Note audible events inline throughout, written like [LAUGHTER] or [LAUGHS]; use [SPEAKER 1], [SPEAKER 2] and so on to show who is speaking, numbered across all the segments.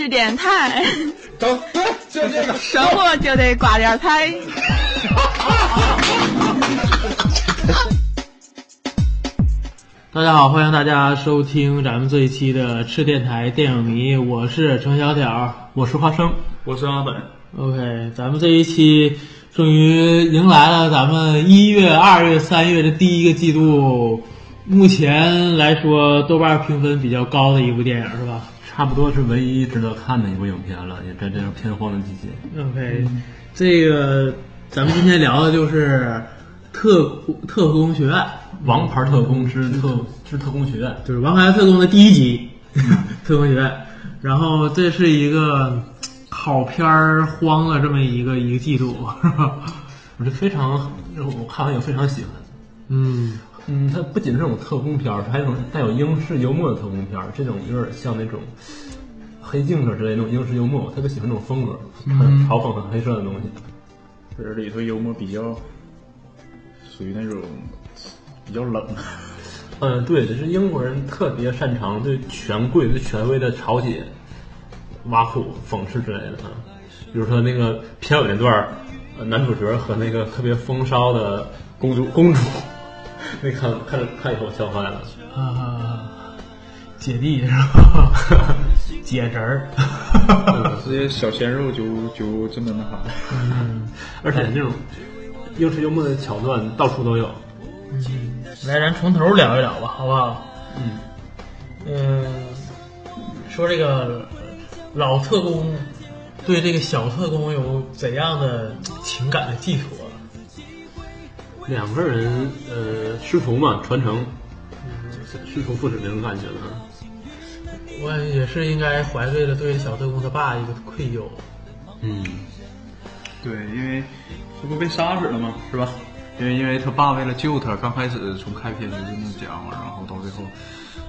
[SPEAKER 1] 吃点菜， [LAUGHS]
[SPEAKER 2] [LAUGHS]
[SPEAKER 3] 等，对，就这个。
[SPEAKER 1] 生活就得挂点彩。
[SPEAKER 2] 大家好，欢迎大家收听咱们这一期的赤电台电影迷，我是程小挑，我是花生。
[SPEAKER 4] 我是阿本，
[SPEAKER 2] OK，咱们这一期终于迎来了咱们一月、二月、三月的第一个季度，目前来说豆瓣评分比较高的一部电影是吧
[SPEAKER 4] 差不多是唯一值得看的一部影片了，也在这种片荒的季节。
[SPEAKER 2] ？OK，、这个咱们今天聊的就是特特工学院，
[SPEAKER 4] 王牌特工之特之特工学院，
[SPEAKER 2] 就是《王牌特工》的第一集， [LAUGHS] 特工学院。然后这是一个好片儿荒的这么一个一个季度， [LAUGHS] 是吧？
[SPEAKER 4] 我是非常，我看完以后非常喜欢。
[SPEAKER 2] 嗯，
[SPEAKER 4] 嗯，它不仅是这种特工片儿，它还有一种带有英式幽默的特工片儿，这种有点像那种黑镜者之类的那种英式幽默，我特别喜欢这种风格，很嘲讽、很黑色的东西。
[SPEAKER 5] 就是里头幽默比较属于那种比较冷，
[SPEAKER 4] [LAUGHS] 嗯，对，只是英国人特别擅长对权贵、对权威的嘲解、挖苦、讽刺之类的。啊。比如说那个片尾那段儿，呃男主角和那个特别风骚的公主公主，那看看着看以后笑坏了。
[SPEAKER 2] 啊，姐弟是吧？ [LAUGHS] 姐侄儿，
[SPEAKER 5] 这些小鲜肉就就这么那啥，
[SPEAKER 4] 而且这种英式幽默的桥段到处都有。
[SPEAKER 2] [LAUGHS] 来，咱从头聊一聊吧，好不好？
[SPEAKER 4] 嗯，
[SPEAKER 2] 嗯，说这个老特工对这个小特工有怎样的情感的寄托？
[SPEAKER 4] 两个人呃师徒嘛，传承师徒父子那种感觉呢。
[SPEAKER 2] 我也是应该怀着了对小特工他爸一个愧疚。
[SPEAKER 4] 嗯，
[SPEAKER 5] 对，因为这不被杀死了吗？是吧？因为因为他爸为了救他，刚开始从开篇就这么讲，然后到最后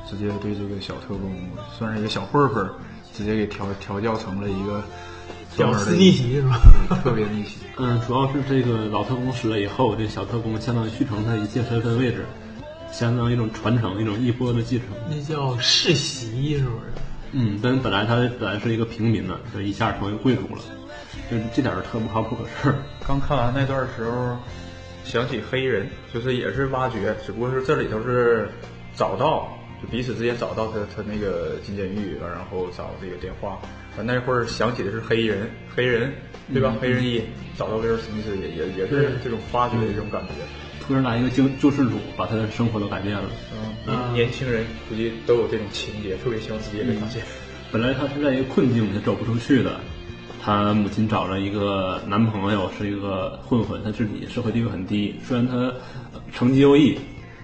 [SPEAKER 5] 直接对这个小特工算是一个小混混儿，直接给调调教成了一个专
[SPEAKER 2] 屌
[SPEAKER 5] 门
[SPEAKER 2] 丝
[SPEAKER 5] 的
[SPEAKER 2] 逆
[SPEAKER 5] 一
[SPEAKER 2] 袭是吧？ [LAUGHS]
[SPEAKER 5] 个特别逆袭。
[SPEAKER 4] 嗯，主要是这个老特工死了以后，这小特工相当于续承他一切身份位置，相当于一种传承，一种衣钵的继承。
[SPEAKER 2] 那叫世袭是不是？
[SPEAKER 4] 嗯，但本来他本来是一个平民呢，这一下成为贵族了，这这点儿特不靠谱的事儿。
[SPEAKER 5] 刚看完那段时候，想起黑人，就是也是挖掘，只不过是这里头是找到，就彼此之间找到他他那个进监狱，然后找这个电话。完那会儿想起的是黑人，黑人对吧？黑人一找到威尔史密斯也也也嗯是这种发掘的这种感觉。
[SPEAKER 4] 突然来一个救救世主，把他的生活都改变了。
[SPEAKER 5] 嗯，年轻人估计都有这种情节，特别希望自己也被发现。
[SPEAKER 4] 本来他是在一个困境里，他走不出去的。他母亲找了一个男朋友，是一个混混，他自己社会地位很低。虽然他呃成绩优异，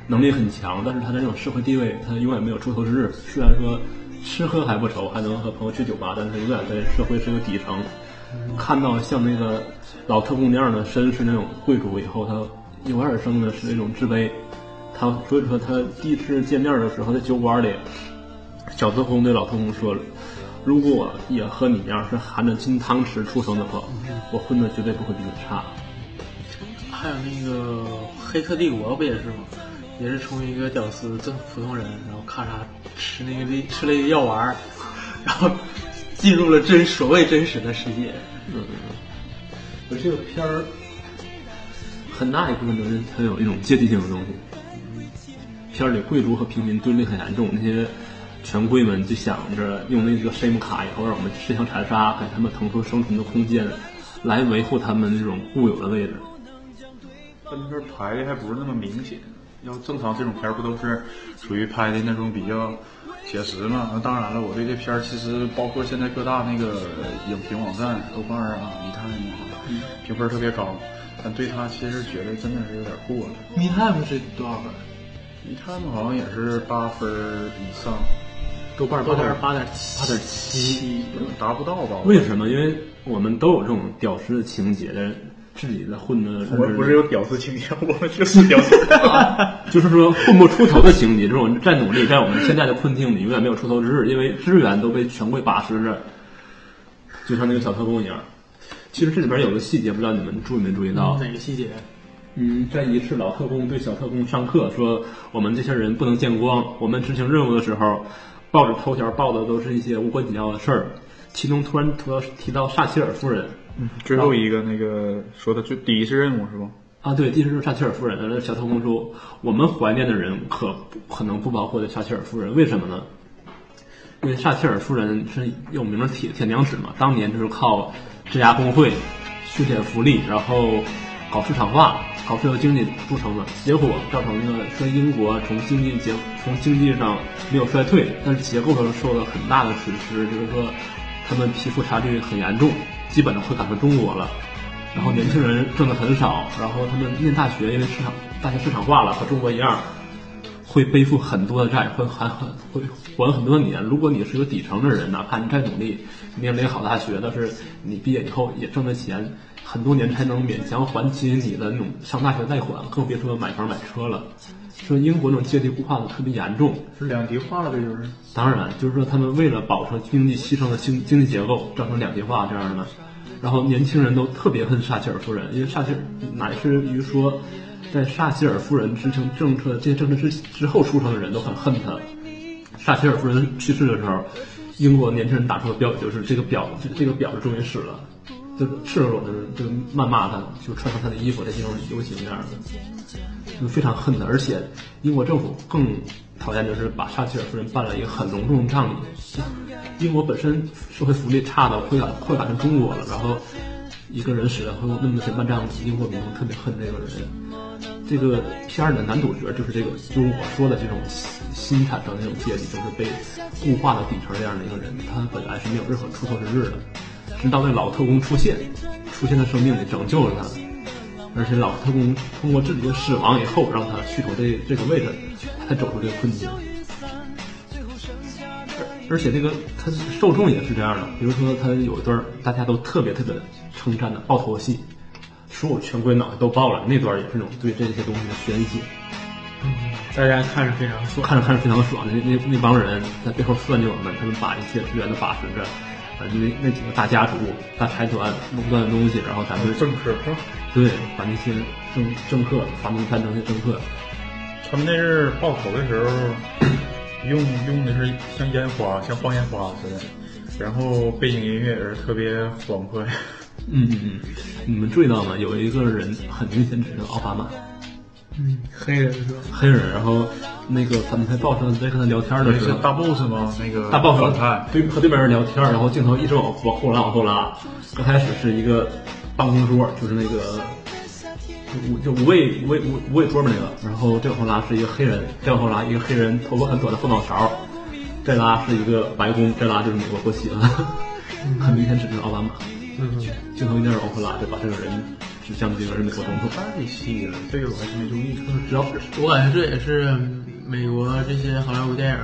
[SPEAKER 4] 能力很强，但是他这种社会地位，他永远没有出头之日。虽然说吃喝还不愁，还能和朋友去酒吧，但是他永远在社会是个底层。看到像那个老特工那样的绅士那种贵族以后，他由而生的是一种自卑。他所以说，他第一次见面的时候，在酒馆里，小特工对老特工说了：“如果我也和你一样是含着金汤匙出生的话，
[SPEAKER 2] 嗯
[SPEAKER 4] 我混的绝对不会比你差。
[SPEAKER 2] 还有那个《黑客帝国》不也是吗？也是从一个屌丝，这普通人，然后咔嚓吃那个吃了一个药丸儿， [LAUGHS] 然后进入了真所谓真实的世界。”
[SPEAKER 4] 而这个片儿很大一部分都是它有一种阶级性的东西。片儿里贵族和平民对立很严重，那些权贵们就想着用那个 SIM 卡以后让我们自相残杀，给他们腾出生存的空间，来维护他们这种固有的位置。
[SPEAKER 5] 但那边拍的还不是那么明显。要正常这种片儿不都是属于拍的那种比较写实嘛？那当然了，我对这片儿其实包括现在各大那个影评网站、豆瓣儿啊、迷探啊，评分特别高。但对他其实觉得真的是有点过了。
[SPEAKER 2] 密探是多少分？
[SPEAKER 5] 迷探好像也是八分儿以上，
[SPEAKER 4] 豆瓣
[SPEAKER 2] 多点八点七，
[SPEAKER 4] 八点七。
[SPEAKER 5] 达不到吧？
[SPEAKER 4] 为什么？因为我们都有这种屌丝的情节，但是自己的混的，
[SPEAKER 5] 我们不是有屌丝情节，我们就是 [LAUGHS] 屌丝。
[SPEAKER 4] 就是说混不出头的情节，这种再努力，在我们现在的困境里，永远没有出头之日，因为资源都被权贵把持着，就像那个小特工一样。其实这里边有个细节，不知道你们注意没注意到？
[SPEAKER 2] 哪个细节？
[SPEAKER 4] 嗯，在一次老特工对小特工上课说，我们这些人不能见光，我们执行任务的时候，报纸头条报的都是一些无关紧要的事儿。其中突然提到提到撒切尔夫人，
[SPEAKER 5] 嗯，最后一个那个说的最第一次任务是吗？
[SPEAKER 4] 啊，对，第一是撒切尔夫人，呃那小偷公主，我们怀念的人可不可能不包括这撒切尔夫人？为什么呢？因为撒切尔夫人是有名的铁铁娘子嘛，当年就是靠镇压工会、削减福利，然后搞市场化、搞自由经济著称的，结果造成了说英国从经济结从经济上没有衰退，但是结构上受了很大的损失，就是说他们贫富差距很严重，基本上快赶上中国了。然后年轻人挣的很少，然后他们念大学，因为市场大学市场化了，和中国一样，会背负很多的债，会还很会还很多年。如果你是个底层的人，哪怕你再努力，你念了一个好大学，但是你毕业以后也挣了钱，很多年才能勉强还清你的那种上大学贷款，更别说买房买车了。说英国那种阶级固化的特别严重，
[SPEAKER 5] 是两极化了，这就是。
[SPEAKER 4] 当然，就是说他们为了保持经济牺牲了经经济结构，造成两极化这样的。然后年轻人都特别恨撒切尔夫人，因为撒切尔乃至于说，在撒切尔夫人执行政策这些政策之之后出生的人都很恨他。撒切尔夫人去世的时候，英国年轻人打出的标语就是这个婊这这个婊子终于死了，就是赤裸裸的就谩骂他，就穿上他的衣服在街上游行这样的。就非常恨的，而且英国政府更讨厌就是把撒切尔夫人办了一个很隆重的葬礼。英国本身社会福利差到快赶快赶上中国了，然后一个人死了会有那么多钱办葬礼，英国民众特别恨这个人。这个片儿的男主角就是这个，就是我说的这种新新产生的这种阶级，就是被固化的底层这样的一个人，他本来是没有任何出头之日的，直到那老特工出现，出现在生命里拯救了他。而且老特工通过自己的死亡以后，让他续头这这个位置，他才走出这个困境。而而且这个他受众也是这样的，比如说他有一段大家都特别特别称赞的爆头戏，所有权贵脑袋都爆了，那段也是那种对这些东西的宣泄。
[SPEAKER 2] 嗯大家看着非常
[SPEAKER 4] 我
[SPEAKER 2] 爽。
[SPEAKER 4] 看着看着非常爽，那那那帮人在背后算计我们，他们把一些资源都把持着，把那呃那几个大家族、大财团垄断的东西，然后咱们
[SPEAKER 5] 政客是吧？
[SPEAKER 4] 对把那些政政客、反动战争的政客
[SPEAKER 5] 他们那是爆头的时候，用用的是像烟花，像放烟花似的，然后背景音乐也是特别欢快。
[SPEAKER 4] 嗯嗯，嗯，你们注意到吗？有一个人很明显指着奥巴马，
[SPEAKER 2] 嗯，黑人是吧？
[SPEAKER 4] 黑人，然后那个反派 boss 在跟他聊天的
[SPEAKER 5] 那
[SPEAKER 4] 时
[SPEAKER 5] 是
[SPEAKER 4] 候，
[SPEAKER 5] 大 boss 吗？那个
[SPEAKER 4] 大 boss
[SPEAKER 5] 反派，
[SPEAKER 4] 对和对面人聊天，然后镜头一直往往后拉往后拉，刚开始是一个办公桌，就是那个五就五位五位五五位桌嘛那个，然后再往后拉是一个黑人，再往后拉一个黑人头发很短的后脑勺，再拉是一个白宫，再拉就是美国国旗了， [LAUGHS] 很明显指着奥巴马，
[SPEAKER 2] 嗯，
[SPEAKER 4] 镜头一点往后拉，就把这个人指向这个人美国总统。
[SPEAKER 5] 太细了，这个我还是没注意。
[SPEAKER 4] 只要是
[SPEAKER 2] 我感觉这也是美国这些好莱坞电影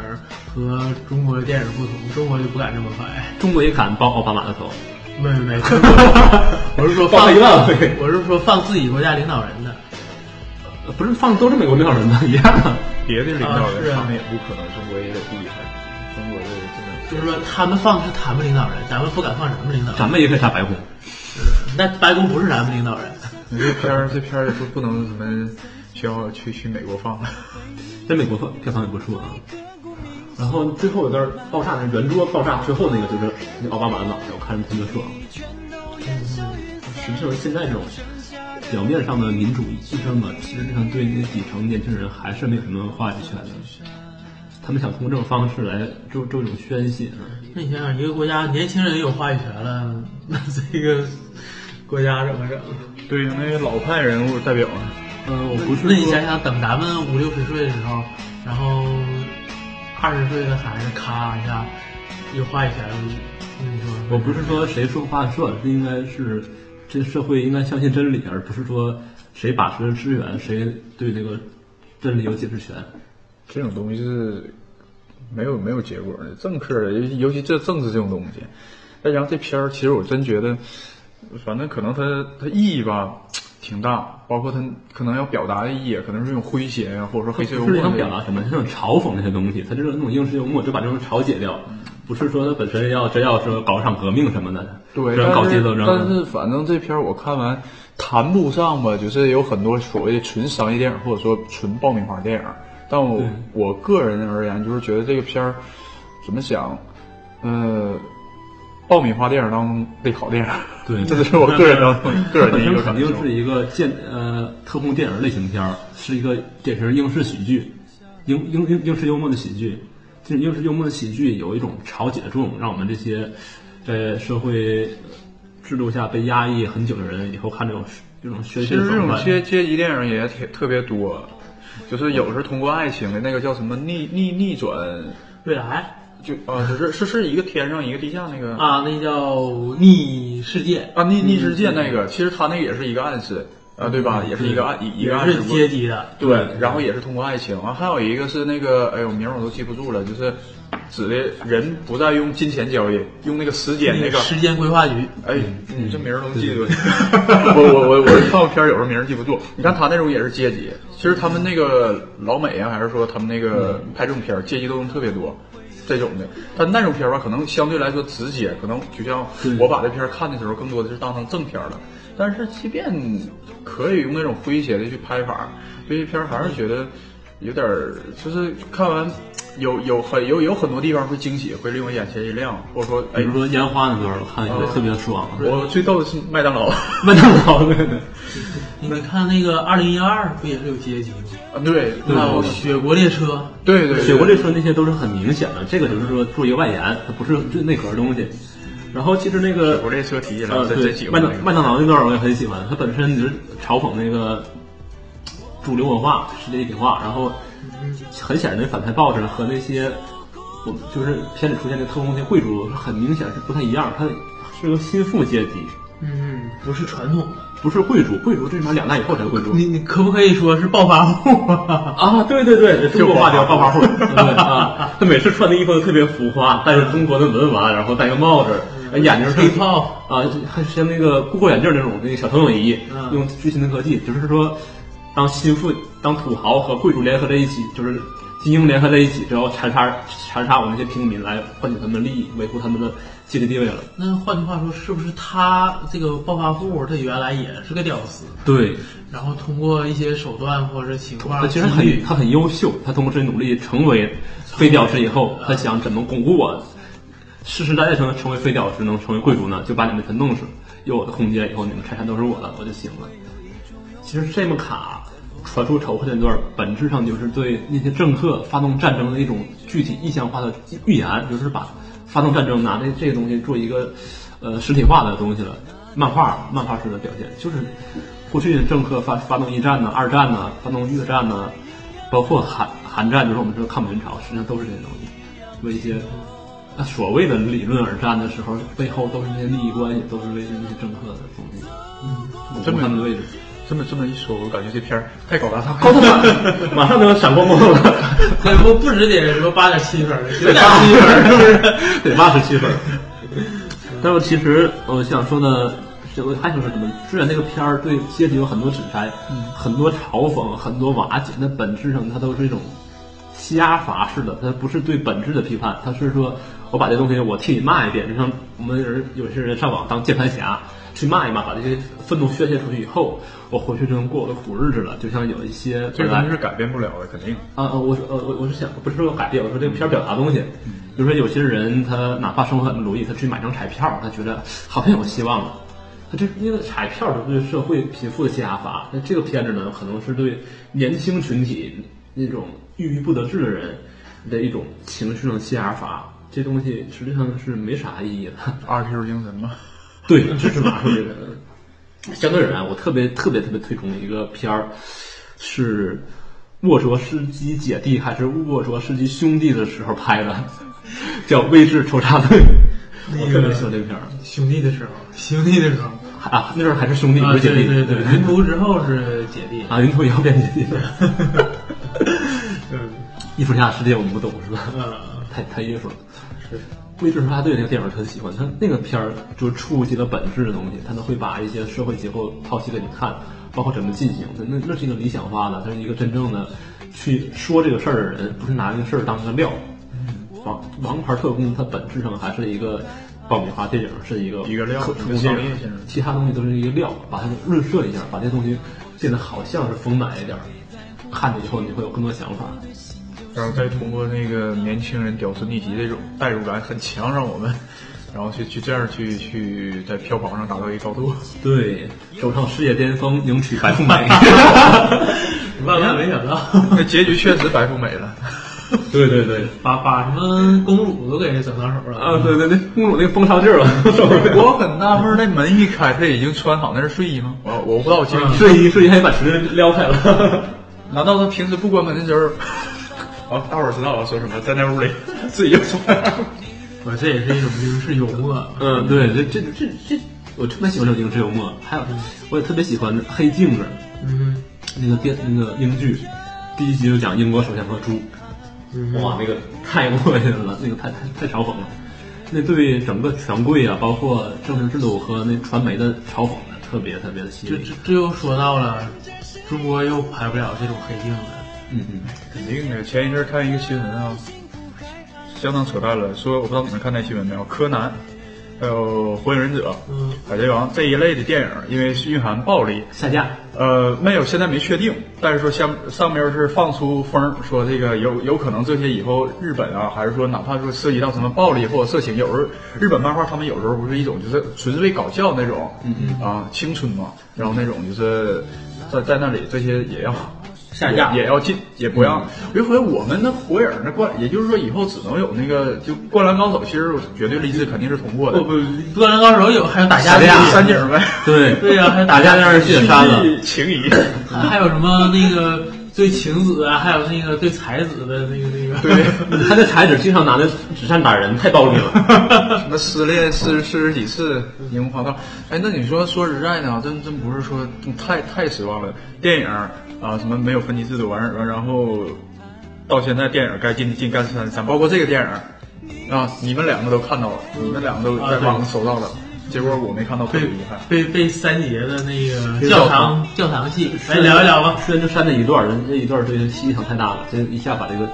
[SPEAKER 2] 和中国的电影不同，中国就不敢这么拍。
[SPEAKER 4] 中国也敢爆奥巴马的头，
[SPEAKER 2] 没没没，中国 [LAUGHS] 我是说
[SPEAKER 4] 爆
[SPEAKER 2] 放
[SPEAKER 4] 一万回
[SPEAKER 2] 我是说放自己国家领导人的。
[SPEAKER 4] 呃不是放都是美国领导人的 [LAUGHS] 一样啊。
[SPEAKER 5] 别的领导
[SPEAKER 2] 啊是
[SPEAKER 5] 人
[SPEAKER 2] 啊
[SPEAKER 5] 他们也不可能，中国也得厉害，中国这个真的。
[SPEAKER 2] 就是说，他们放是他们领导人，咱们不敢放咱们领导人。
[SPEAKER 4] 咱们也可以杀白宫，
[SPEAKER 2] 那白宫不是咱们领导人，
[SPEAKER 5] 你这片儿这片儿也不不能什么需要去去美国放了。
[SPEAKER 4] 在美国放票房也不错啊。然后最后有段爆炸，那圆桌爆炸最后那个就是那奥巴马的脑袋，我看着特别爽。嗯实际上现在这种表面上的民主牺牲嘛，其实际上对那些底层年轻人还是没有什么话语权的。他们想通过这种方式来做做一种宣泄啊。
[SPEAKER 2] 那你想想，一个国家年轻人有话语权了， [LAUGHS] 那这个国家怎么整？
[SPEAKER 5] 对呀，那个老派人物代表呢？
[SPEAKER 4] 嗯，我不是
[SPEAKER 2] 那你
[SPEAKER 4] 说
[SPEAKER 2] 想想，等咱们五六十岁的时候，然后二十岁的孩子咔一下有话语权，你说
[SPEAKER 4] 我不是说谁说话算，是应该是这社会应该相信真理，而不是说谁把持资源，谁对这个真理有解释权。
[SPEAKER 5] 这种东西是没有没有结果的。政客，尤其尤其这政治这种东西，再加上这片儿，其实我真觉得，反正可能它它意义吧挺大，包括它可能要表达的意义，可能是一种诙谐啊，或者说黑色幽
[SPEAKER 4] 不是
[SPEAKER 5] 默
[SPEAKER 4] 想
[SPEAKER 5] 的
[SPEAKER 4] 表达什么，是想嘲讽这些东西，他就是那种英式幽默，就把这种嘲解掉，
[SPEAKER 5] 嗯
[SPEAKER 4] 不是说他本身要真要说搞场革命什么的，
[SPEAKER 5] 对，
[SPEAKER 4] 这样搞
[SPEAKER 5] 但
[SPEAKER 4] 阶
[SPEAKER 5] 是
[SPEAKER 4] 斗争。
[SPEAKER 5] 但是反正这片儿我看完，谈不上吧，就是有很多所谓的纯商业电影，或者说纯爆米花电影。但我
[SPEAKER 4] 对
[SPEAKER 5] 我个人而言，就是觉得这个片儿怎么讲，呃，爆米花电影当备考电影。
[SPEAKER 4] 对，
[SPEAKER 5] [LAUGHS] 这是我个人的个人的
[SPEAKER 4] 本
[SPEAKER 5] 一
[SPEAKER 4] 身
[SPEAKER 5] 个
[SPEAKER 4] 肯
[SPEAKER 5] 感
[SPEAKER 4] [LAUGHS] 定
[SPEAKER 5] 受。
[SPEAKER 4] 是一个建呃特供电影类型片儿，是一个典型英式喜剧，英英英英式幽默的喜剧。这种英式幽默的喜剧有一种潮解的作用，让我们这些在社会制度下被压抑很久的人，以后看这种这种宣
[SPEAKER 5] 其
[SPEAKER 4] 泄
[SPEAKER 5] 实这
[SPEAKER 4] 爽
[SPEAKER 5] 种
[SPEAKER 4] 快。
[SPEAKER 5] 阶阶级电影也挺特别多，就是有是通过爱情的那个叫什么逆逆逆转，
[SPEAKER 2] 未来
[SPEAKER 5] 就啊，就是是是一个天上一个地下那个
[SPEAKER 2] 啊，那叫逆世界，
[SPEAKER 5] 啊逆逆
[SPEAKER 2] 嗯
[SPEAKER 5] 世界那个，其实他那个也是一个暗示啊，对吧？也是一个暗一一个
[SPEAKER 2] 嗯也
[SPEAKER 5] 暗示
[SPEAKER 2] 是嗯阶级的，
[SPEAKER 5] 对，然后也是通过爱情啊，还有一个是那个，哎呦，名儿我都记不住了，就是指的人不再用金钱交易，用那个时间那个，
[SPEAKER 2] 时间规划局，
[SPEAKER 5] 哎，你这名儿能记住？ [LAUGHS] 我我我我是看过片儿，有时候名儿记不住。你看他那种也是阶级，其实他们那个老美啊，还是说他们那个拍这种片儿，阶级斗争特别多。这种的，但那种片儿吧，可能相对来说直接，可能就像我把这片儿看的时候，更多的是当成正片儿了。但是，即便可以用那种诙谐的去拍法儿，对这片儿还是觉得有点儿，就是看完有有很有有很多地方会惊喜，会令我眼前一亮，或者说，
[SPEAKER 4] 比
[SPEAKER 5] 哎
[SPEAKER 4] 如，说烟花那段儿，我看
[SPEAKER 5] 哦
[SPEAKER 4] 也特别爽。
[SPEAKER 5] 我最逗的是麦当劳。
[SPEAKER 4] 麦当劳对对，
[SPEAKER 2] 你们看那个二零一二不也是有阶级吗？
[SPEAKER 5] 啊，对，
[SPEAKER 2] 还有《雪国列车》，
[SPEAKER 5] 对对，
[SPEAKER 4] 雪国列车那些都是很明显的，这个就是说做一个外延，它不是最内核的东西。然后其实那个
[SPEAKER 5] 雪国列车提起来，
[SPEAKER 4] 呃，
[SPEAKER 5] 真
[SPEAKER 4] 对
[SPEAKER 5] 真喜，
[SPEAKER 4] 麦
[SPEAKER 5] 欢
[SPEAKER 4] 当
[SPEAKER 5] 那个
[SPEAKER 4] 麦当劳那段儿我也很喜欢，它本身就是嘲讽那个主流文化、世界一体化，然后
[SPEAKER 5] 嗯
[SPEAKER 4] 很显然的反派报纸和那些我们就是片里出现的特工那贵族很明显是不太一样，它是个新富阶级，
[SPEAKER 2] 嗯，不是传统的。
[SPEAKER 4] 不是贵族，贵族最起码两代以后才贵族
[SPEAKER 2] 你你可不可以说是暴发户啊？
[SPEAKER 4] 啊，对对对，中国话叫
[SPEAKER 5] 暴
[SPEAKER 4] 暴
[SPEAKER 5] 发
[SPEAKER 4] 发户，对啊，他每次穿的衣服都特别浮夸，带着中国的文玩，然后戴个帽子，眼睛是
[SPEAKER 2] 黑炮
[SPEAKER 4] 啊，还像那个故过眼镜那种那个小投影仪，
[SPEAKER 2] 嗯
[SPEAKER 4] 用最新的科技，就是说，当心腹、当土豪和贵族联合在一起，就是精英联合在一起，就要残杀残杀我们这些平民来换取他们的利益，维护他们的阶级地位了。
[SPEAKER 2] 那换句话说，是不是他这个暴发户，他原来也是个屌丝，
[SPEAKER 4] 对，
[SPEAKER 2] 然后通过一些手段或者是情况，
[SPEAKER 4] 他其实很他很优秀，他同时努力成为非屌丝以后，他想怎么巩固我世世代代成成为非屌丝，能成为贵族呢？就把你们全弄死，有我的空间，以后你们财产都是我的，我就行了。其实这么卡传出仇恨那段，本质上就是对那些政客发动战争的一种具体意象化的预言，就是把发动战争拿这这个东西做一个呃实体化的东西了。漫画漫画式的表现，就是过去的政客发发动一战呢、二战呢、发动越战呢，包括韩韩战，就是我们说抗美援朝，实际上都是这些东西，为一些。呃所谓的理论而战的时候，背后都是那些利益关系，都是为那些政客的东西，嗯，
[SPEAKER 5] 真没
[SPEAKER 4] 他们的位置。
[SPEAKER 5] 这么这么一说，我感觉这片儿太高大上，
[SPEAKER 4] 高大 [LAUGHS] 马上就要闪光光了，
[SPEAKER 2] 很不不止得说八点七分儿，有点
[SPEAKER 4] 八十七分，是不是？对，八十七分。 [LAUGHS] 但是其实呃我想说的，这个还想说什么？虽然这个片儿对阶级有很多指摘、很多嘲讽、很多瓦解，但本质上它都是一种瞎法式的，它不是对本质的批判，它是说我把这东西我替你骂一遍，就像我们有人有些人上网当键盘侠去骂一骂，把这些愤怒宣泄出去以后，我回去就能过我的苦日子了。就像有一些
[SPEAKER 5] 这
[SPEAKER 4] 本
[SPEAKER 5] 个
[SPEAKER 4] 来
[SPEAKER 5] 东西是改变不了的，肯定。
[SPEAKER 4] 啊，呃我是呃我我是想不是说改变，我说这个片儿表达东西。比如说有些人他哪怕生活很不如意，他去买张彩票，他觉得好像有希望了。他这因为彩票是对社会贫富的欺压法，那这个片子呢，可能是对年轻群体那种郁郁不得志的人的一种情绪上的欺压法。这东西实际上是没啥意义的。
[SPEAKER 5] 二 Q 精神嘛，
[SPEAKER 4] 对，支持马术这个。 [LAUGHS] 相对而言，我特别特别特别推崇的一个片儿是沃卓斯基姐弟还是沃卓斯基兄弟的时候拍的，叫《威志仇杀队》。 [LAUGHS] 我特别喜欢这片儿
[SPEAKER 2] 兄弟的时候，兄弟的时候，
[SPEAKER 4] 啊，那时候还是兄弟
[SPEAKER 2] 啊
[SPEAKER 4] 不是姐弟，
[SPEAKER 2] 对对
[SPEAKER 4] [LAUGHS]
[SPEAKER 2] 对，云图之后是姐弟，
[SPEAKER 4] 啊，云头也要变姐弟 [LAUGHS] 了。
[SPEAKER 2] 嗯
[SPEAKER 4] 艺术家世界我们不懂是吧？
[SPEAKER 2] 嗯，
[SPEAKER 4] 太太艺术了。是《威志杀队》那个电影特喜欢，他那个片儿就触及了本质的东西，他都会把一些社会结构剖析给你看，包括怎么进行。那那是一个理想化的，他是一个真正的去说这个事儿的人，不是拿这个事儿当一个料。
[SPEAKER 5] 嗯
[SPEAKER 4] 王王牌特工，它本质上还是一个爆米花电影，是一个
[SPEAKER 5] 一个料
[SPEAKER 4] 特
[SPEAKER 5] 一
[SPEAKER 4] 特
[SPEAKER 5] 个
[SPEAKER 4] 工电
[SPEAKER 5] 商业
[SPEAKER 4] 影
[SPEAKER 5] 性质，
[SPEAKER 4] 其他东西都是一个料，把它润色一下，把这东西变得好像是丰满一点儿，看着以后你会有更多想法。
[SPEAKER 5] 然后再通过那个年轻人屌丝逆袭这种代入感很强，让我们 [LAUGHS] 然后去去这样去去在票房上达到一个高 [LAUGHS] 度。
[SPEAKER 4] 对，走上世界巅峰，迎娶白富美。
[SPEAKER 2] [LAUGHS] 万万没想到，
[SPEAKER 5] 那结局确实白富美 [LAUGHS] 了，
[SPEAKER 4] [LAUGHS] 对对对，
[SPEAKER 2] 把把什么公主都给整到手了
[SPEAKER 4] 啊，对对对，公主那个绷上劲儿了，受不
[SPEAKER 2] [LAUGHS]
[SPEAKER 4] 了。
[SPEAKER 5] 我很纳闷，那门一开，他已经穿好那是睡衣吗？我我不知道，我记
[SPEAKER 2] 嗯
[SPEAKER 5] 得
[SPEAKER 4] 睡衣睡衣还把裙子撩开
[SPEAKER 2] [LAUGHS]
[SPEAKER 4] 了。
[SPEAKER 5] 难道他平时不关门的时 [LAUGHS] 候？啊，大伙儿知道我说什么，在那 [LAUGHS] 屋里自己就穿。
[SPEAKER 2] 我这也是一种英式幽默。
[SPEAKER 4] 嗯，对，这这这这，我特别喜欢这种英式幽默。还有，我也特别喜欢《黑镜》子
[SPEAKER 2] 嗯
[SPEAKER 4] 那个电那个英剧，第一集就讲英国首相和猪，
[SPEAKER 2] 嗯，
[SPEAKER 4] 哇，那个太过瘾了，那个太太太嘲讽了。那对整个权贵啊，包括政治制度和那传媒的嘲讽呢，特别特别的犀
[SPEAKER 2] 这
[SPEAKER 4] 利
[SPEAKER 2] 这。这又说到了，中国又拍不了这种黑镜了。
[SPEAKER 4] 嗯嗯，
[SPEAKER 5] 肯定的，前一阵儿看一个新闻啊，相当扯淡了，说我不知道你们看那新闻没有，柯南，还有火影忍者，
[SPEAKER 2] 嗯
[SPEAKER 5] 海贼王这一类的电影，因为蕴含暴力，
[SPEAKER 4] 下架。
[SPEAKER 5] 呃，没有，现在没确定，但是说下上面是放出风儿说这个有有可能这些以后日本啊，还是说哪怕说涉及到什么暴力或者色情，有时候日本漫画他们有时候不是一种就是纯是为搞笑那种，嗯嗯啊青春嘛，然后那种就是在在那里这些也要
[SPEAKER 2] 下 [LAUGHS] 架嗯
[SPEAKER 5] 也也要禁，也不让。我就合计我们那火影那灌，也就是说以后只能有那个就灌篮高手，其实我绝对励志肯定是通过的
[SPEAKER 2] 不，不，灌篮高手有还有打架
[SPEAKER 4] 打架
[SPEAKER 5] 三景
[SPEAKER 2] [LAUGHS]
[SPEAKER 5] 呗，
[SPEAKER 4] 对
[SPEAKER 2] 对呀还有
[SPEAKER 4] 打架让人血
[SPEAKER 5] [LAUGHS]
[SPEAKER 4] 删了。
[SPEAKER 5] 情谊。
[SPEAKER 2] 啊还有什么那个对晴子啊，还有那个对才子的那个那个。
[SPEAKER 5] 对，
[SPEAKER 4] 他在裁纸经常拿那纸扇打人，太暴力了。
[SPEAKER 5] 什么失恋四四十几次，荧幕花道。哎，那你说说实在的啊，真真不是说太太失望了。电影儿啊，什么没有分级制度，完完然后到现在电影儿该进进干三三，包括这个电影儿啊，你们两个都看到了，你们两个都在网上搜到了，结果我没看到，特别
[SPEAKER 2] [LAUGHS] 被
[SPEAKER 5] 遗憾。
[SPEAKER 2] 被被三杰的那个
[SPEAKER 4] 教
[SPEAKER 2] 教堂教堂戏 [LAUGHS] 来聊一聊吧。
[SPEAKER 4] [LAUGHS] 虽然就删这一段儿，但这一段儿对这戏场太大了，这一下把这个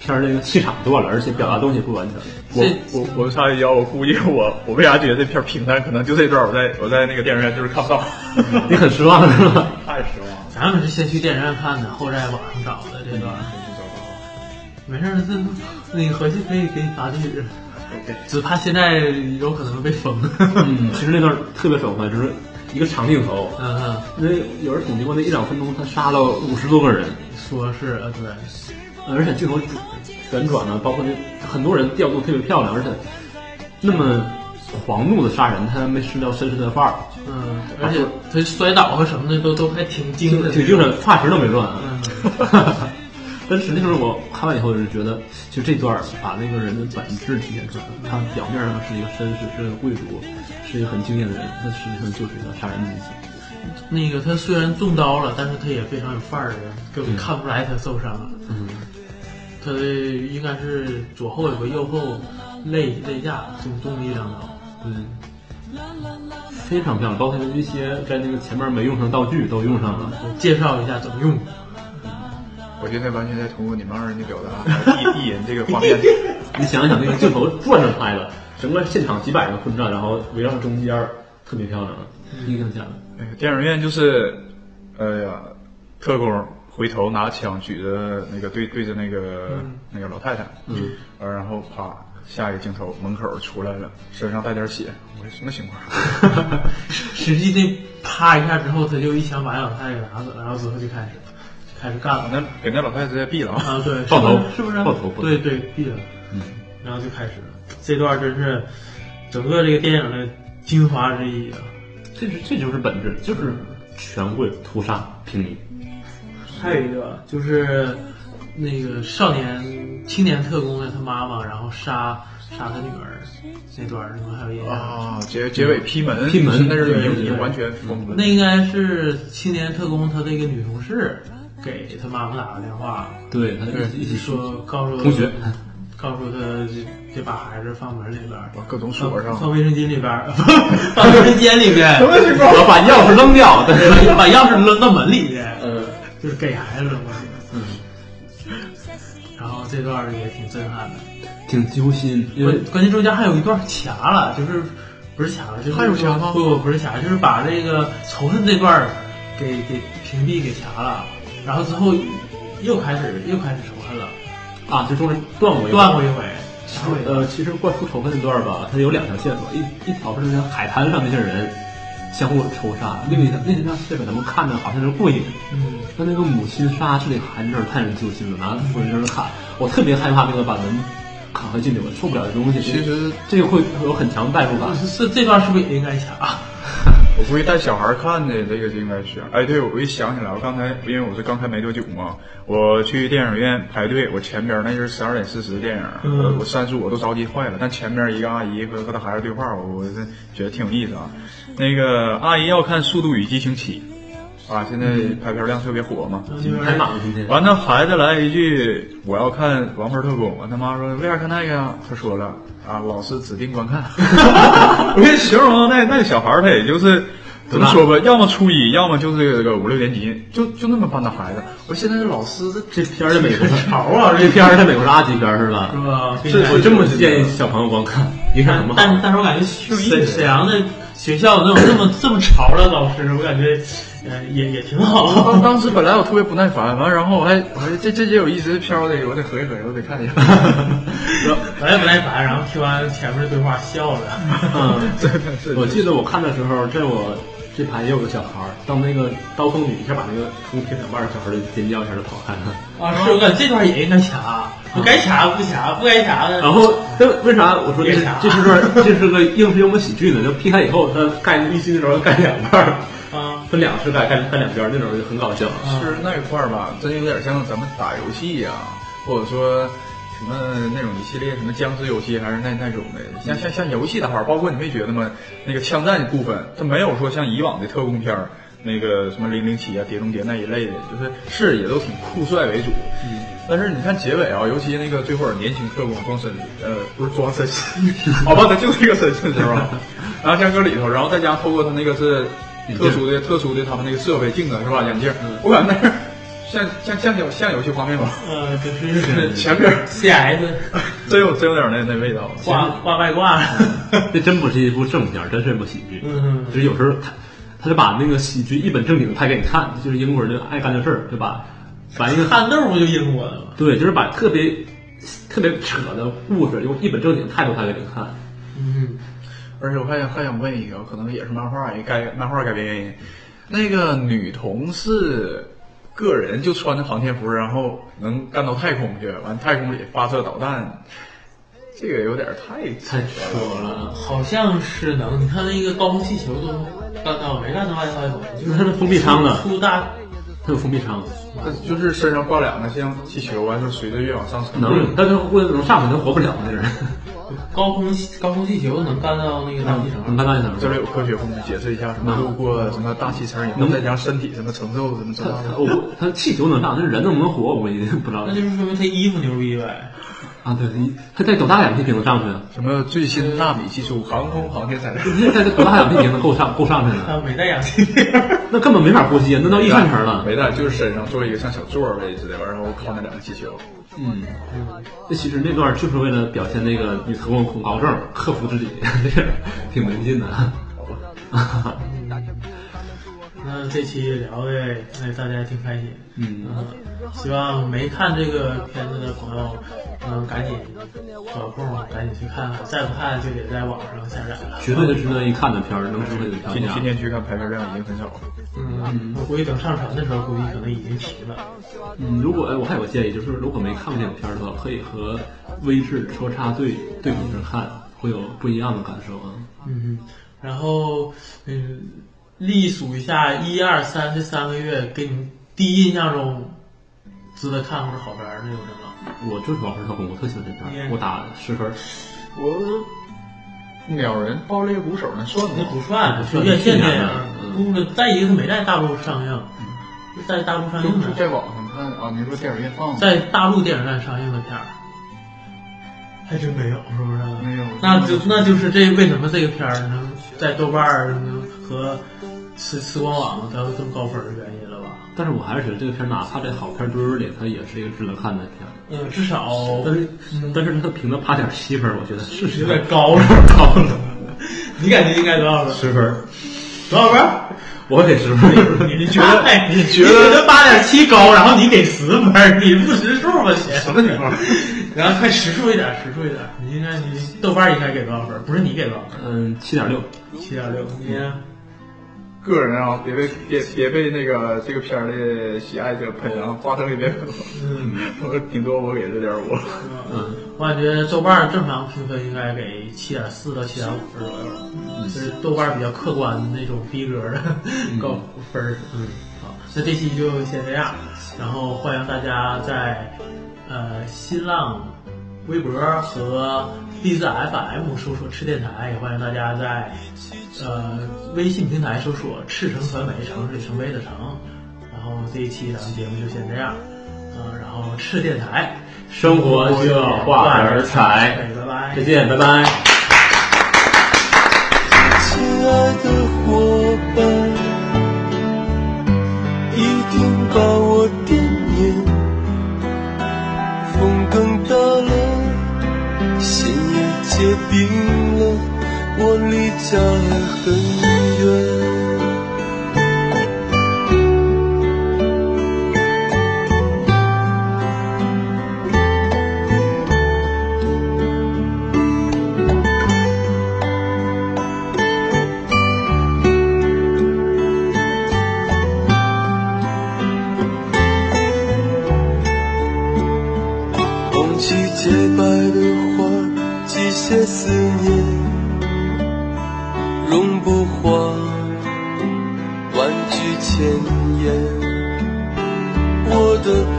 [SPEAKER 4] 片儿这个气场断了，而且表达东西不完全。 [LAUGHS]
[SPEAKER 5] 我
[SPEAKER 2] 这
[SPEAKER 5] 我我插一脚，我估计我我为啥觉得这片儿平淡，可能就这段儿我在我在那个电影院就是看不到，嗯
[SPEAKER 4] 你很失望是吧？
[SPEAKER 5] [LAUGHS] 太失望了。
[SPEAKER 2] 咱们是先去电影院看的，后在网上找的
[SPEAKER 5] 嗯
[SPEAKER 2] 这段。没事儿，这那个回去可以给你发地址，
[SPEAKER 5] OK，
[SPEAKER 2] 只怕现在有可能被封。
[SPEAKER 4] 嗯，其实那段儿特别爽快，就是一个长镜头，
[SPEAKER 2] [LAUGHS] 嗯嗯，
[SPEAKER 4] 因为有人统计过那一两分钟，他杀了五十多个人，
[SPEAKER 2] 说是啊，对，
[SPEAKER 4] 而且镜头旋转呢，包括那很多人调度特别漂亮，而且那么狂怒的杀人，他没失掉绅士的范儿，
[SPEAKER 2] 嗯，而且他摔倒和什么的都都还挺精神，
[SPEAKER 4] 啊挺精。神，发型都没乱啊。
[SPEAKER 2] 嗯，
[SPEAKER 4] [LAUGHS] 但实际上我看完以后就是觉得，就这段儿把那个人的本质体现出来了。他表面上是一个绅士，是个贵族，是一个很敬业的人，但实际上就是一个杀人机器。
[SPEAKER 2] 那个他虽然中刀了，但是他也非常有范儿的人，根本看不出来他受伤了。
[SPEAKER 4] 嗯，
[SPEAKER 2] 他应该是左后有个右后肋肋架中中了一两刀。
[SPEAKER 4] 对，非常漂亮。包括那些在那个前面没用上道具都用上了。
[SPEAKER 2] 我介绍一下怎么用。
[SPEAKER 5] 我现在完全在通过你们二人的表达， [LAUGHS] 意意淫这个画
[SPEAKER 4] [LAUGHS]
[SPEAKER 5] 面。
[SPEAKER 4] 你想想那个镜头转着拍的，整个现场几百人混战，然后围绕中间儿，特别漂亮，印象下
[SPEAKER 2] 啊
[SPEAKER 4] 来。
[SPEAKER 5] 哎呀电影院就是，哎呀，特工回头拿枪举着那个对对着那个、那个老太太，
[SPEAKER 4] 嗯，
[SPEAKER 5] 然后啪，下一个镜头门口出来了，身上带点血，我说什么
[SPEAKER 4] [LAUGHS]
[SPEAKER 5] 情况？
[SPEAKER 2] [LAUGHS] 实际那啪一下之后，他就一枪把老太太给打死了，然后之后就开始开始干
[SPEAKER 5] 把
[SPEAKER 2] 了。
[SPEAKER 5] 那给那老太太直接毙了啊！
[SPEAKER 2] 啊，对，
[SPEAKER 4] 爆头
[SPEAKER 2] 是不是？
[SPEAKER 4] 爆头不
[SPEAKER 2] 对对，毙了。嗯，然后就开始了，这段真是整个这个电影的精华之一啊！
[SPEAKER 4] 这是这就是本质，就是权贵屠杀平民。
[SPEAKER 2] 还有一个就是那个少年青年特工的他妈妈，然后杀杀他女儿那段儿，你们还有印象吗？
[SPEAKER 5] 啊，结结尾劈门，
[SPEAKER 4] 劈门
[SPEAKER 5] 那是已
[SPEAKER 4] 对
[SPEAKER 5] 经
[SPEAKER 4] 对
[SPEAKER 5] 已经
[SPEAKER 4] 对
[SPEAKER 5] 完全疯了。
[SPEAKER 2] 那应该是青年特工他的一个女同事给他妈妈打个电话，
[SPEAKER 4] 对，他
[SPEAKER 2] 一起说告诉
[SPEAKER 4] 同学，
[SPEAKER 2] 告诉他这这把孩子放门里边儿，
[SPEAKER 5] 把各种锁上
[SPEAKER 2] 放放卫生巾里边儿，放卫生间里边，
[SPEAKER 4] 我把钥匙扔掉，但是
[SPEAKER 2] 把钥匙扔到门里边，
[SPEAKER 4] 嗯，
[SPEAKER 2] 就是给孩子扔过去。嗯，然后这段儿也挺震撼的，
[SPEAKER 4] 挺揪心，因为
[SPEAKER 2] 关关键中间还有一段卡了，就是不是卡了，就是
[SPEAKER 5] 还有卡吗
[SPEAKER 2] 不不不是卡，就是把这个仇恨这段儿给给屏蔽给卡了，然后之后又开始又开始仇恨了，
[SPEAKER 4] 啊，就中间断过一
[SPEAKER 2] 断过一回，
[SPEAKER 4] 呃，其实《怪夫仇恨》那段儿吧，它有两条线索，一一条是那海滩上那些人相互仇杀，另一条另一条线给他们看的好像是过瘾。
[SPEAKER 2] 嗯，
[SPEAKER 4] 他那个母亲杀这里含着太人揪心了，拿夫人在那砍，我特别害怕那个把门砍回去里，我受不了这东西。
[SPEAKER 5] 其实
[SPEAKER 4] 这个会有很强代入感。
[SPEAKER 2] 是这段是不是也应该啊掐？
[SPEAKER 5] 我估计带小孩看的这个就应该是，哎，对，我一想起来，我刚才因为我是刚才没多久嘛，我去电影院排队，我前边那是十二点四十电影，
[SPEAKER 2] 嗯
[SPEAKER 5] 我我三叔我都着急坏了，但前边一个阿姨和和她孩子对话，我我是觉得挺有意思啊。那个阿姨要看《速度与激情七》，啊，现在排片量特别火嘛，
[SPEAKER 2] [LAUGHS]
[SPEAKER 4] 海马今天
[SPEAKER 5] 完，那孩子来一句：“我要看《王牌特工》。”完，他妈说：“为啥看那个呀？”他说了：“啊，老师指定观看。” [LAUGHS] 我跟你形容那那小孩儿，他也就是怎么说吧，要么初一，要么就是这个五六年级，就就那么半大孩子。我说现在这老师这
[SPEAKER 4] 这片儿在美国
[SPEAKER 2] 潮啊
[SPEAKER 4] 这片儿在美国是垃圾片儿是吧
[SPEAKER 2] 是？吧？
[SPEAKER 4] 这我这么建议小朋友观看，影响什么
[SPEAKER 2] 但
[SPEAKER 4] 好？
[SPEAKER 2] 但是我感觉沈
[SPEAKER 4] 的
[SPEAKER 2] 沈阳的学校那种这么这么潮的老师，我感觉呃也也挺 [LAUGHS] 好。
[SPEAKER 5] 当当时本来我特别不耐烦，完然后我还我还这这也有意思，飘的，我得合计合计，我得看一下。
[SPEAKER 2] 本来不耐烦，然后听完前面的对话笑
[SPEAKER 4] [LAUGHS]
[SPEAKER 2] 了。
[SPEAKER 4] [LAUGHS] 嗯，
[SPEAKER 5] 真的是，
[SPEAKER 4] 我记得我看的时候，这我这排也有个小孩儿，到那个刀锋女一下把那个从平两半儿的小孩儿尖叫一下就跑开了。
[SPEAKER 2] 啊，是我感觉这段也应该掐，不该掐不掐，不该掐的。
[SPEAKER 4] 然后，这为啥我说这
[SPEAKER 2] 为
[SPEAKER 4] 是
[SPEAKER 2] 啥
[SPEAKER 4] 这是段这是个硬是幽默喜剧呢？就劈开以后，他盖滤芯的时候盖两半儿，
[SPEAKER 2] 啊，
[SPEAKER 4] 分两次盖盖盖两边儿，那种就很搞笑。
[SPEAKER 5] 其实那一块儿吧，真有点像咱们打游戏呀、或者说什么那种一系列什么僵尸游戏，还是那那种的，像像像游戏的话，包括你没觉得吗？那个枪战部分，它没有说像以往的特工片儿。那个什么零零七啊、碟中谍那一类的，就是是也都挺酷帅为主，嗯，但是你看结尾啊，尤其那个最后年轻特工装身，呃，不是装身，好吧，他就是一个身是吧？然后像搁里头，然后再加上透过他那个是特殊的、特殊的他们那个设备镜子是吧？眼镜，我感觉那是像像像有像游戏画面吧，
[SPEAKER 2] 呃，就是
[SPEAKER 5] 前边
[SPEAKER 2] CS
[SPEAKER 5] [LAUGHS] 真有真有点那那味道。
[SPEAKER 2] 挂挂外挂。
[SPEAKER 4] 这真不是一部正片儿，真是一部喜
[SPEAKER 2] [LAUGHS]
[SPEAKER 4] 剧。
[SPEAKER 2] 嗯
[SPEAKER 4] 就是有时候他他就把那个喜剧一本正经地拍给你看，就是英国人就爱干这事儿，对吧？把一个
[SPEAKER 2] [LAUGHS] 憨豆不就英国的吗？
[SPEAKER 4] 对，就是把特别特别扯的故事用一本正经的态度拍给你看。
[SPEAKER 2] 嗯，
[SPEAKER 5] 而且我还想还想问一个，可能也是漫画也改漫画改编原因，那个女同事个人就穿着航天服，然后能干到太空去，完太空里发射导弹，这个有点太
[SPEAKER 4] 太扯了，
[SPEAKER 2] 好像是能。你看那个高空气球都干到没干到外太空，就
[SPEAKER 4] 那是封闭舱呢
[SPEAKER 2] 出大
[SPEAKER 4] 他有封闭舱，
[SPEAKER 5] 他就是身上挂两个像气球，完就随着越往上升，
[SPEAKER 4] 能，但是会能上去，能活不了那人。
[SPEAKER 2] 高空气高空气球能干到那个大气层。
[SPEAKER 4] 能干大一层。
[SPEAKER 5] 这里有科学工具解释一下，什么路过什么大气层以后，
[SPEAKER 4] 能
[SPEAKER 5] 再加上身体什么承受什么这
[SPEAKER 4] 他
[SPEAKER 5] 那
[SPEAKER 4] 他
[SPEAKER 5] 的。
[SPEAKER 4] 我他气球能上，但是人能不能活，我也不知道
[SPEAKER 2] 那就是说明他衣服牛逼呗。
[SPEAKER 4] 啊。对，他带多大氧气瓶子上去啊？
[SPEAKER 5] 什么最新纳米技术，航空航天材料。
[SPEAKER 4] 那带多大氧气瓶子够上够上去
[SPEAKER 2] 他
[SPEAKER 4] 呢？
[SPEAKER 2] 没带氧气瓶。
[SPEAKER 4] 那根本没法呼吸，那到一三层了。
[SPEAKER 5] 没带，就是身上做一个像小座位似的，完然后靠那两个气球。
[SPEAKER 4] 嗯，那其实那段就是为了表现那个女特工恐高症，克服自己， [LAUGHS] 这个挺门禁的。
[SPEAKER 2] 那这期聊的，哎，大家挺开心。呃
[SPEAKER 4] 嗯，
[SPEAKER 2] 希望没看这个片子的朋友，能赶紧找空赶紧去看看，再不看就得在网上下载了。
[SPEAKER 4] 绝对是值得一看的片儿，能值回的票
[SPEAKER 5] 今
[SPEAKER 4] 价
[SPEAKER 5] 今。天去看排片量已经很少了，
[SPEAKER 2] 嗯，我估计等上传的时候，估计可能已经停了。
[SPEAKER 4] 嗯，如果哎，我还有个建议，就是如果没看过这个片儿的话，可以和微智说插队对比着看，会有不一样的感受啊。
[SPEAKER 2] 嗯，然后嗯，历数一下一二三这三个月，给你第一印象中值得看或者好片儿，那有什么？
[SPEAKER 4] 我就是王石特工，我特喜欢这片儿，我打十分儿。
[SPEAKER 5] 我鸟人爆裂鼓手那算
[SPEAKER 2] 那
[SPEAKER 5] 吗？
[SPEAKER 2] 啊不算，
[SPEAKER 4] 不
[SPEAKER 2] 是
[SPEAKER 4] 算
[SPEAKER 2] 院线电影
[SPEAKER 4] 嗯。
[SPEAKER 2] 不不，再一个它没在大陆上映，在大陆上映
[SPEAKER 5] 就是在
[SPEAKER 2] 的，
[SPEAKER 5] 网上看啊，你说电影院放的，
[SPEAKER 2] 在大陆电影院上映的片儿，还真没有，是不是？
[SPEAKER 5] 没有
[SPEAKER 2] 那就那就是这为什么这个片儿能在豆瓣儿能和吃吃光网它会更高分儿的原因了吧？
[SPEAKER 4] 但是我还是觉得这个片儿哪怕在好片堆儿里，它也是一个值得看的片儿。
[SPEAKER 2] 嗯，至少
[SPEAKER 4] 但是，但是它评的八点七分儿，我觉得是
[SPEAKER 2] 有点高了，高了。你感觉应该多少分？
[SPEAKER 5] 十分。
[SPEAKER 2] 多少分？
[SPEAKER 4] 我给十分儿，
[SPEAKER 2] 你觉得？哎，你觉得八点七高，然后你给十分儿，你不识数吗？姐，什么情况？
[SPEAKER 5] 啊
[SPEAKER 2] 然后快实数一点，实数一点。你应该，你豆瓣儿应该给多少分儿？不是你给多少分儿？
[SPEAKER 4] 嗯，七点六。
[SPEAKER 2] 七点六。你呢？
[SPEAKER 5] 个人啊，别被别别被那个这个片儿的喜爱者喷啊，花生也别喷我。 [LAUGHS] 我顶多我给六点五。
[SPEAKER 4] 嗯，
[SPEAKER 2] 我感觉豆瓣儿正常评分应该给七点四到七点五分儿左右，嗯就是豆瓣儿比较客观的那种逼格的高分儿。嗯，好，那这期就先这样，然后欢迎大家在呃新浪微博和荔枝 FM 搜索“赤电台”，也欢迎大家在呃微信平台搜索“赤诚传媒”，城市里成为的城。然后这一期咱们节目就先这样，呃，然后赤电台。
[SPEAKER 4] 生活就要画点儿彩。
[SPEAKER 2] 哎拜拜，
[SPEAKER 4] 再见，拜拜。
[SPEAKER 6] 亲爱的伙伴，一定把我惦念。风更大了，心也结冰了，我离家还很远。忘记洁白的花，几些思念，容不化婉拒千言。我的朋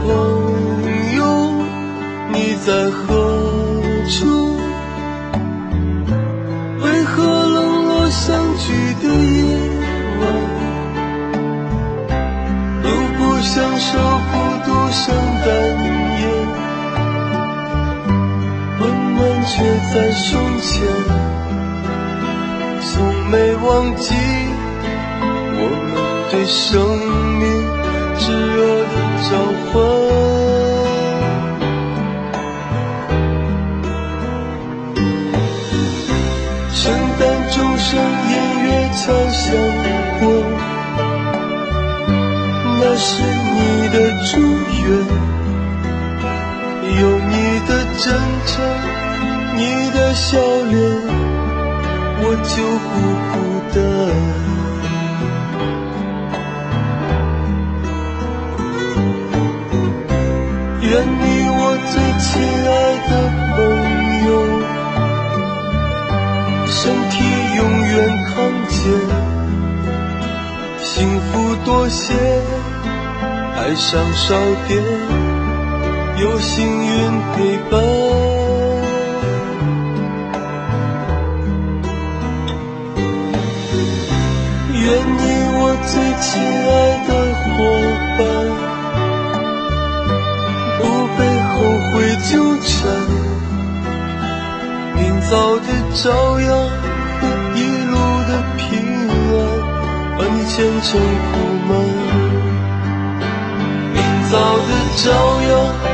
[SPEAKER 6] 友，你在何处？为何冷落相聚的夜晚？又不想受孤独圣诞夜。温暖却在胸前，从没忘记我们对生命炙热的召唤。圣诞钟声隐约敲响过，那是你的祝愿。有你的真诚，你的笑脸，我就不孤单。愿你我最亲爱的朋友，身体永远康健，幸福多些，爱上少点。有幸运陪伴。愿你我最亲爱的伙伴，不被后悔纠缠。明早的朝阳和一路的平安，把你虔诚苦闷。明早的朝阳。